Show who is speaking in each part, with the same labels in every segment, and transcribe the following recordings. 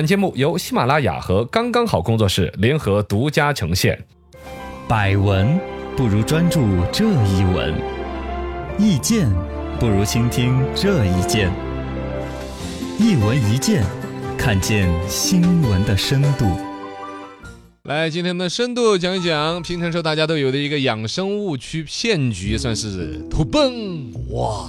Speaker 1: 本节目由喜马拉雅和刚刚好工作室联合独家呈现。
Speaker 2: 百闻不如专注这一闻，意见不如倾听这一见。一闻一见，看见新闻的深度。
Speaker 3: 来，今天的深度讲一讲平常时候大家都有的一个养生误区骗局，算是土 崩哇，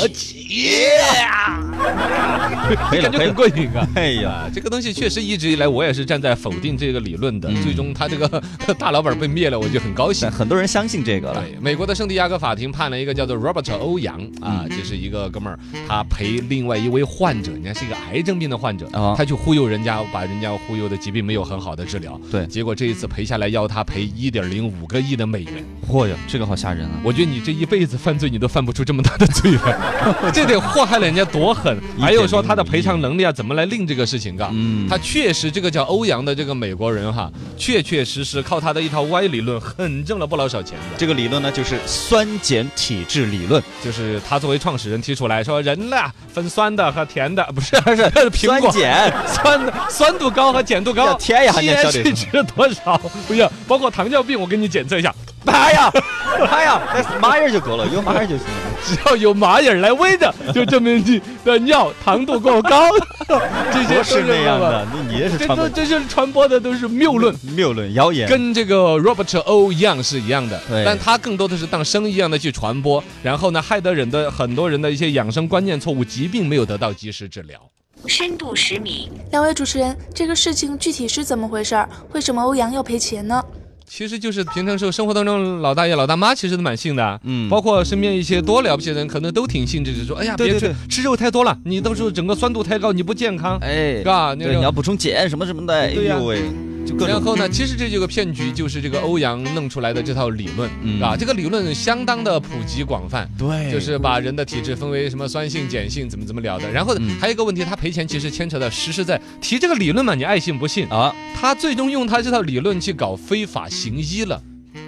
Speaker 4: 可以了，
Speaker 3: 感觉
Speaker 4: 可以
Speaker 3: 很
Speaker 4: 了。
Speaker 3: 过瘾啊！
Speaker 4: 哎呀，
Speaker 3: 啊，这个东西确实一直以来我也是站在否定这个理论
Speaker 4: 嗯
Speaker 3: 的，最终他这个 大老板被灭了，我就很高兴
Speaker 4: 但。很多人相信这个了。
Speaker 3: 对，美国的圣地亚哥法庭判了一个叫做 Robert 欧阳啊，
Speaker 4: 嗯
Speaker 3: 就是一个哥们儿，他陪另外一位患者，人家是一个癌症病的患者
Speaker 4: 啊，
Speaker 3: 他去忽悠人家，把人家忽悠的疾病没有很好的治疗，
Speaker 4: 对
Speaker 3: 结果这一次赔下来要他赔一点零五个亿的美元。
Speaker 4: 嚯哟，这个好吓人啊！
Speaker 3: 我觉得你这一辈子犯罪，你都犯不出这么大的罪 来，这得祸害了人家多狠！还有说他的赔偿能力啊，怎么来令这个事情啊？
Speaker 4: 嗯，
Speaker 3: 他确实这个叫欧阳的这个美国人哈，确确实实靠他的一套歪理论，很挣了不老少钱的。
Speaker 4: 这个理论呢，就是酸碱体质理论，
Speaker 3: 就是他作为创始人提出来说，人呐分酸的和甜的，不 是是苹
Speaker 4: 酸
Speaker 3: 果。
Speaker 4: 碱。
Speaker 3: 酸的酸度高和碱度高
Speaker 4: 要，甜呀你小
Speaker 3: pH
Speaker 4: 李
Speaker 3: 值多少？不要，包括糖尿病，我给你检测一下，
Speaker 4: 妈呀， 妈呀，那麻叶就够了，有麻叶就行了。
Speaker 3: 只要有蚂蚁儿来喂着，就证明你的尿糖度过 高。这些
Speaker 4: 不
Speaker 3: 都
Speaker 4: 是那样
Speaker 3: 乱
Speaker 4: 的，你你这是
Speaker 3: 这
Speaker 4: 传
Speaker 3: 都
Speaker 4: 播
Speaker 3: 这是传播的都是谬论。
Speaker 4: 谬论、谣言。
Speaker 3: 跟这个 Robert O 一样是一样的
Speaker 4: 对，
Speaker 3: 但他更多的是当生意一样的去传播，然后呢，害得人的很多人的一些养生观念错误，疾病没有得到及时治疗。
Speaker 5: 深度十米，
Speaker 6: 两位主持人，这个事情具体是怎么回事儿？为什么欧阳要赔钱呢？
Speaker 3: 其实就是平常时候生活当中，老大爷老大妈其实都蛮信的啊，
Speaker 4: 嗯
Speaker 3: 包括身边一些多了不起的人，可能都挺信这种，说哎呀，
Speaker 4: 对
Speaker 3: 别
Speaker 4: 对
Speaker 3: 吃吃肉太多了，你到时候整个酸度太高，你不健康，
Speaker 4: 哎，
Speaker 3: 嘎，那
Speaker 4: 对，你
Speaker 3: 个
Speaker 4: 要补充碱什么什么的。哎
Speaker 3: 对呀
Speaker 4: 呦喂，就各
Speaker 3: 然
Speaker 4: 种。
Speaker 3: 后呢，其实这就是个骗局，就是这个欧阳弄出来的这套理论，
Speaker 4: 嗯哎
Speaker 3: 啊，这个理论相当的普及广泛。
Speaker 4: 对
Speaker 3: 就是把人的体质分为什么酸性、碱性，怎么怎么了的。然后呢
Speaker 4: 嗯
Speaker 3: 还有一个问题，他赔钱其实牵扯到实实在提这个理论嘛，你爱信不信啊？
Speaker 4: 啊，
Speaker 3: 他最终用他这套理论去搞非法行医了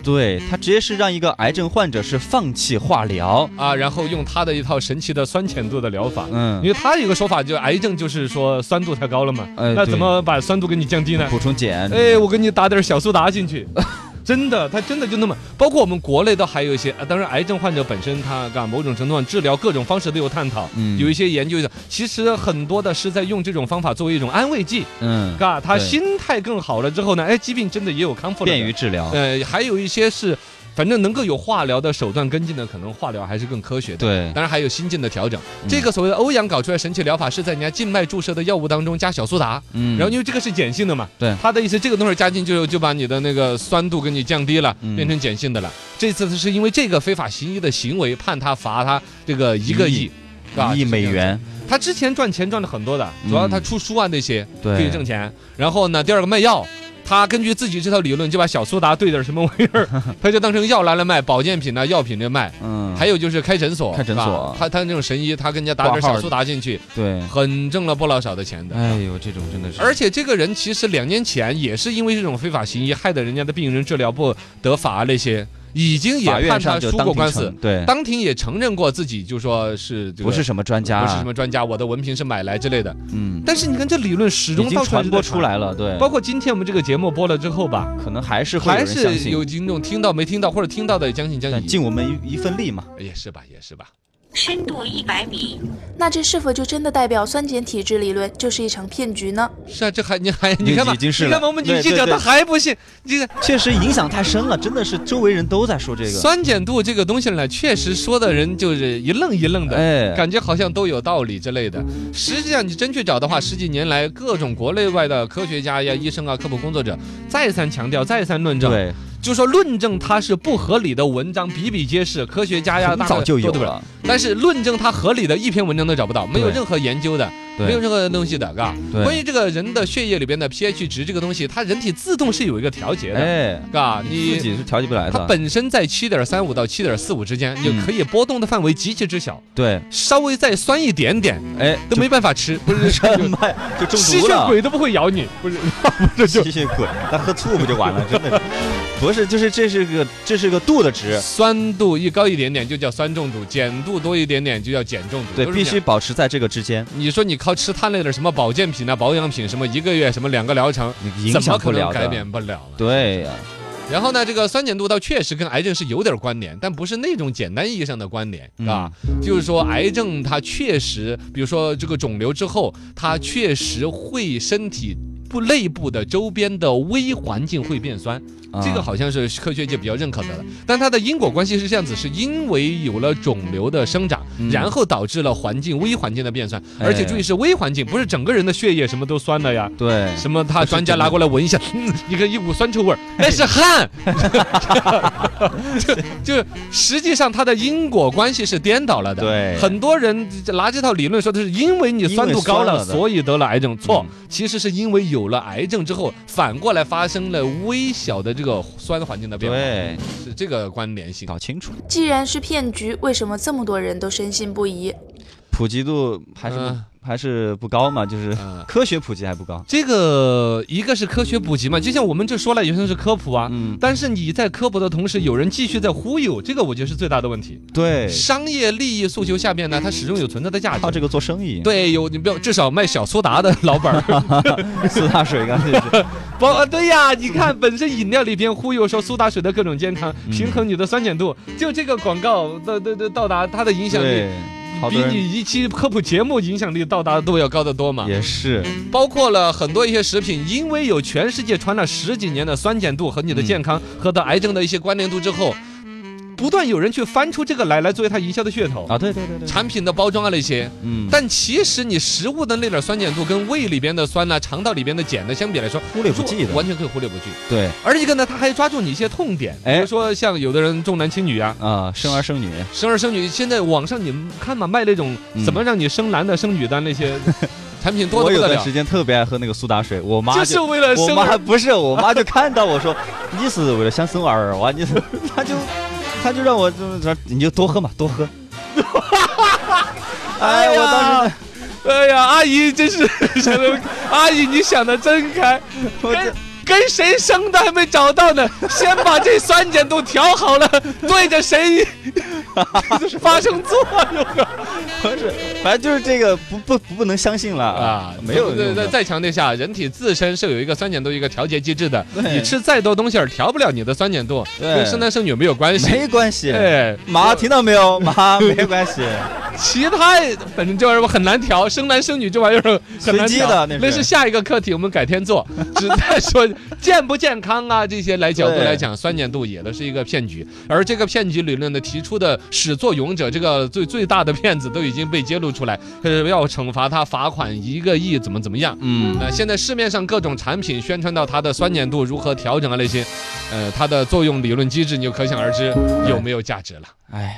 Speaker 4: 对他直接是让一个癌症患者是放弃化疗。
Speaker 3: 啊，然后用他的一套神奇的酸碱度的疗法。因
Speaker 4: 嗯，
Speaker 3: 为他有个说法，就是癌症就是说酸度太高了嘛，
Speaker 4: 哎
Speaker 3: 那
Speaker 4: 对
Speaker 3: 怎么把酸度给你降低呢？
Speaker 4: 补充碱。
Speaker 3: 哎，我给你打点小苏打进 去。真的，他真的就那么，包括我们国内都还有一些，啊当然，癌症患者本身他干某种程度上治疗各种方式都有探讨，
Speaker 4: 嗯
Speaker 3: 有一些研究的，其实很多的是在用这种方法作为一种安慰剂，
Speaker 4: 嗯，
Speaker 3: 嘎，他
Speaker 4: 对
Speaker 3: 心态更好了之后呢，哎，疾病真的也有康复了的，
Speaker 4: 便于治疗。
Speaker 3: 呃，还有一些是，反正能够有化疗的手段跟进的，可能化疗还是更科学的。
Speaker 4: 对，
Speaker 3: 当然还有新进的调整。
Speaker 4: 嗯
Speaker 3: 这个所谓的欧阳搞出来神奇疗法，是在人家静脉注射的药物当中加小苏打，
Speaker 4: 嗯
Speaker 3: 然后因为这个是碱性的嘛，
Speaker 4: 对
Speaker 3: 他的意思这个东西加进就就把你的那个酸度给你降低了，
Speaker 4: 嗯
Speaker 3: 变成碱性的了。这次是因为这个非法行医的行为，判他罚他这个一个
Speaker 4: 一
Speaker 3: 亿
Speaker 4: 亿。
Speaker 3: 啊
Speaker 4: 一亿美。元。嗯
Speaker 3: 他之前赚钱赚的很多的，主要他出书啊那些
Speaker 4: 对
Speaker 3: 可以挣钱。然后呢，第二个卖药，他根据自己这套理论就把小苏打兑点什么玩意儿， 他就当成药拿来卖，保健品呐、药品来卖。
Speaker 4: 嗯，
Speaker 3: 还有就是开诊所，
Speaker 4: 开诊
Speaker 3: 是吧
Speaker 4: 所
Speaker 3: 他他那种神医，他跟人家打点
Speaker 4: 挂号嗯
Speaker 3: 小苏打进去，
Speaker 4: 对，
Speaker 3: 很挣了不老少的钱的。
Speaker 4: 哎呦，这种真的是，
Speaker 3: 而且这个人其实两年前也是因为这种非法行医，害得人家的病人治疗不得法啊那些，已经也
Speaker 4: 法院
Speaker 3: 判
Speaker 4: 上
Speaker 3: 他
Speaker 4: 就
Speaker 3: 输
Speaker 4: 当
Speaker 3: 过
Speaker 4: 庭
Speaker 3: 官
Speaker 4: 惩
Speaker 3: 司，
Speaker 4: 对，
Speaker 3: 当庭也承认过自己就说是这个
Speaker 4: 不是什么专家，啊
Speaker 3: 不是什么，专家，我的文凭是买来之类的。
Speaker 4: 嗯，
Speaker 3: 但是你看这理论始
Speaker 4: 已
Speaker 3: 终
Speaker 4: 经
Speaker 3: 到处还
Speaker 4: 传
Speaker 3: 是
Speaker 4: 播
Speaker 3: 在
Speaker 4: 出，来了，对，
Speaker 3: 包括今天我们这个节目播了之后吧，
Speaker 4: 可能还是会有
Speaker 3: 还
Speaker 4: 人相
Speaker 3: 是
Speaker 4: 信，
Speaker 3: 有听众听到没听到，或者听到的也将信将
Speaker 4: 但
Speaker 3: 疑，
Speaker 4: 尽我们一一份力嘛，
Speaker 3: 也是吧，也是吧。
Speaker 5: 深度一百米，
Speaker 6: 那这是否就真的代表酸碱体质理论就是一场骗局呢？
Speaker 3: 是啊，这还你还你看吧，
Speaker 4: 已经是
Speaker 3: 你
Speaker 4: 了
Speaker 3: 看吧，我们女
Speaker 4: 对
Speaker 3: 记
Speaker 4: 对
Speaker 3: 者
Speaker 4: 对
Speaker 3: 他还不信，这个
Speaker 4: 确实影响太深了，真的是周围人都在说这个，
Speaker 3: 酸碱度这个东西呢，确实说的人就是一愣一愣的。
Speaker 4: 哎，
Speaker 3: 感觉好像都有道理之类的。实际上，你真去找的话，十几年来各种国内外的科学家呀、医生啊、科普工作者再三强调、再三论证，
Speaker 4: 对，
Speaker 3: 就说论证它是不合理的文章比比皆是，科学家呀
Speaker 4: 很早就有。
Speaker 3: 大家都对不
Speaker 4: 了，
Speaker 3: 但是论证它合理的一篇文章都找不到，没有
Speaker 4: 对
Speaker 3: 任何研究的，没有
Speaker 4: 对，嗯
Speaker 3: 任何东西的，嘎。
Speaker 4: 对
Speaker 3: 关于这个人的血液里边的 pH 值这个东西，它人体自动是有一个调节的，
Speaker 4: 哎，
Speaker 3: 嘎，
Speaker 4: 自
Speaker 3: 你。
Speaker 4: 己是调节不来
Speaker 3: 它
Speaker 4: 的，
Speaker 3: 本身在七点三五到七点四五之间，就
Speaker 4: 嗯
Speaker 3: 可以波动的范围极其之小，
Speaker 4: 对，
Speaker 3: 稍微再酸一点点
Speaker 4: 哎，
Speaker 3: 都没办法吃，不是
Speaker 4: 什么就中
Speaker 3: 吸
Speaker 4: 毒
Speaker 3: 血
Speaker 4: 了。
Speaker 3: 鬼都不会咬你， 不是不是就
Speaker 4: 吸血鬼，那喝醋不就完了？真的是，不是，就是这是个这是个度的值，
Speaker 3: 酸度一高一点点就叫酸中毒，碱度多一点点就叫碱中毒。
Speaker 4: 对，
Speaker 3: 都是
Speaker 4: 必
Speaker 3: 这样
Speaker 4: 须保持在这个之间。
Speaker 3: 你说你好吃他那点什么保健品啊、保养品什么，一个月什么两个疗程，
Speaker 4: 影
Speaker 3: 怎么
Speaker 4: 响
Speaker 3: 可
Speaker 4: 不
Speaker 3: 能
Speaker 4: 了
Speaker 3: 改
Speaker 4: 的。
Speaker 3: 变不了了？
Speaker 4: 对呀、
Speaker 3: 然后呢，这个酸碱度倒确实跟癌症是有点关联，但不是那种简单意义上的关
Speaker 4: 嗯
Speaker 3: 联，啊，就是说癌症它确实，比如说这个肿瘤之后，它确实会身体。部内部的周边的微环境会变酸，
Speaker 4: 啊
Speaker 3: 这个好像是科学界比较认可的了。但它的因果关系是这样子，是因为有了肿瘤的生长，
Speaker 4: 嗯
Speaker 3: 然后导致了环境微环境的变酸，
Speaker 4: 哎
Speaker 3: 而且注意是微环境，不是整个人的血液什么都酸了呀。
Speaker 4: 对，
Speaker 3: 什么？他专家拿过来闻一 下，嗯，一个一股酸臭味儿，那是汗。 就就实际上它的因果关系是颠倒了的。
Speaker 4: 对
Speaker 3: 很多人拿这套理论说的是因为你酸度高
Speaker 4: 因为酸
Speaker 3: 了，
Speaker 4: 了的嗯
Speaker 3: 所以得了癌症。错，其实是因为有了癌症之后，反过来发生了微小的这个酸环境的变化，
Speaker 4: 对，
Speaker 3: 是这个关联性。
Speaker 4: 搞清楚，
Speaker 6: 既然是骗局，为什么这么多人都深信不疑？
Speaker 4: 普及度还是不、
Speaker 3: 嗯
Speaker 4: 还是不高嘛，就是
Speaker 3: 嗯
Speaker 4: 科学普及还不高。
Speaker 3: 这个一个是科学普及嘛，就像我们这说了，也算是科普啊。
Speaker 4: 嗯，
Speaker 3: 但是你在科普的同时，有人继续在忽悠，这个我觉得是最大的问题。
Speaker 4: 对，
Speaker 3: 商业利益诉求下面呢，它始终有存在的价
Speaker 4: 靠
Speaker 3: 值。
Speaker 4: 这个做生意。，
Speaker 3: 对，有你不要，至少卖小苏打的老板 儿，
Speaker 4: 四大水干脆 是
Speaker 3: 不，呃对呀，你看本身饮料里边忽悠说苏打水的各种健康，
Speaker 4: 嗯
Speaker 3: 平衡你的酸碱度，就这个广告的的的到达它的影响力，
Speaker 4: 对，好
Speaker 3: 比
Speaker 4: 多人
Speaker 3: 你一期科普节目影响力到达度要高得多嘛。
Speaker 4: 也是，
Speaker 3: 包括了很多一些食品，因为有全世界传了十几年的酸碱度和你的健康和到癌症的一些关联度之后，不断有人去翻出这个来来作为它营销的噱头。
Speaker 4: 啊，对对对对，
Speaker 3: 产品的包装啊那些，
Speaker 4: 嗯，
Speaker 3: 但其实你食物的那点酸碱度跟胃里边的酸呐、啊肠道里边的碱呢相比来说，
Speaker 4: 忽略不计的，
Speaker 3: 完全可以忽略不计。
Speaker 4: 对
Speaker 3: 而一个呢，他还抓住你一些痛点，比
Speaker 4: 哎
Speaker 3: 如说像有的人重男轻女啊，
Speaker 4: 啊，生儿生女，
Speaker 3: 生儿生女，现在网上你们看嘛，卖那种
Speaker 4: 嗯
Speaker 3: 怎么让你生男的、生女的那些 产品多
Speaker 4: 我
Speaker 3: 得不
Speaker 4: 有
Speaker 3: 得
Speaker 4: 段
Speaker 3: 了
Speaker 4: 时，间特别爱喝那个苏打水，我妈
Speaker 3: 就是为了
Speaker 4: 我
Speaker 3: 生
Speaker 4: 妈
Speaker 3: 儿。
Speaker 4: 不是，我妈就看到我说你是为了想生娃儿哇，你是，她就她就让我就是说你就多喝嘛，多喝。哎，我当时
Speaker 3: 哎呀，阿姨真是 想的，阿姨你想的真开，
Speaker 4: 我这
Speaker 3: 跟跟谁生的还没找到呢， 先把这酸碱度调好了， 对着谁 发生作用啊。
Speaker 4: 不是，反正就是这个不不不能相信了
Speaker 3: 啊，
Speaker 4: 没有
Speaker 3: 对
Speaker 4: 用
Speaker 3: 对，
Speaker 4: 的
Speaker 3: 再强调一下，人体自身是有一个酸碱度一个调节机制的，
Speaker 4: 对
Speaker 3: 你吃再多东西儿调不了你的酸碱度，
Speaker 4: 对
Speaker 3: 跟生男生女没有关系。
Speaker 4: 没关系。
Speaker 3: 哎，
Speaker 4: 妈听到没有？妈没关 系，
Speaker 3: 其他反正这玩意儿很难调，生男生女这玩意儿很难
Speaker 4: 随机的
Speaker 3: 调
Speaker 4: 那是
Speaker 3: 那是下一个课题，我们改天做。 只在说健不健康啊这些来角度
Speaker 4: 对
Speaker 3: 来讲，酸碱度也都是一个骗局。而这个骗局理论呢，提出的始作俑者，这个最最大的骗子都已经被揭露出来，可是要惩罚他罚款一个亿，怎么怎么样。
Speaker 4: 嗯，
Speaker 3: 那现在市面上各种产品宣传到它的酸碱度如何调整啊那些，呃，它的作用理论机制你就可想而知有没有价值了。
Speaker 4: 哎呀，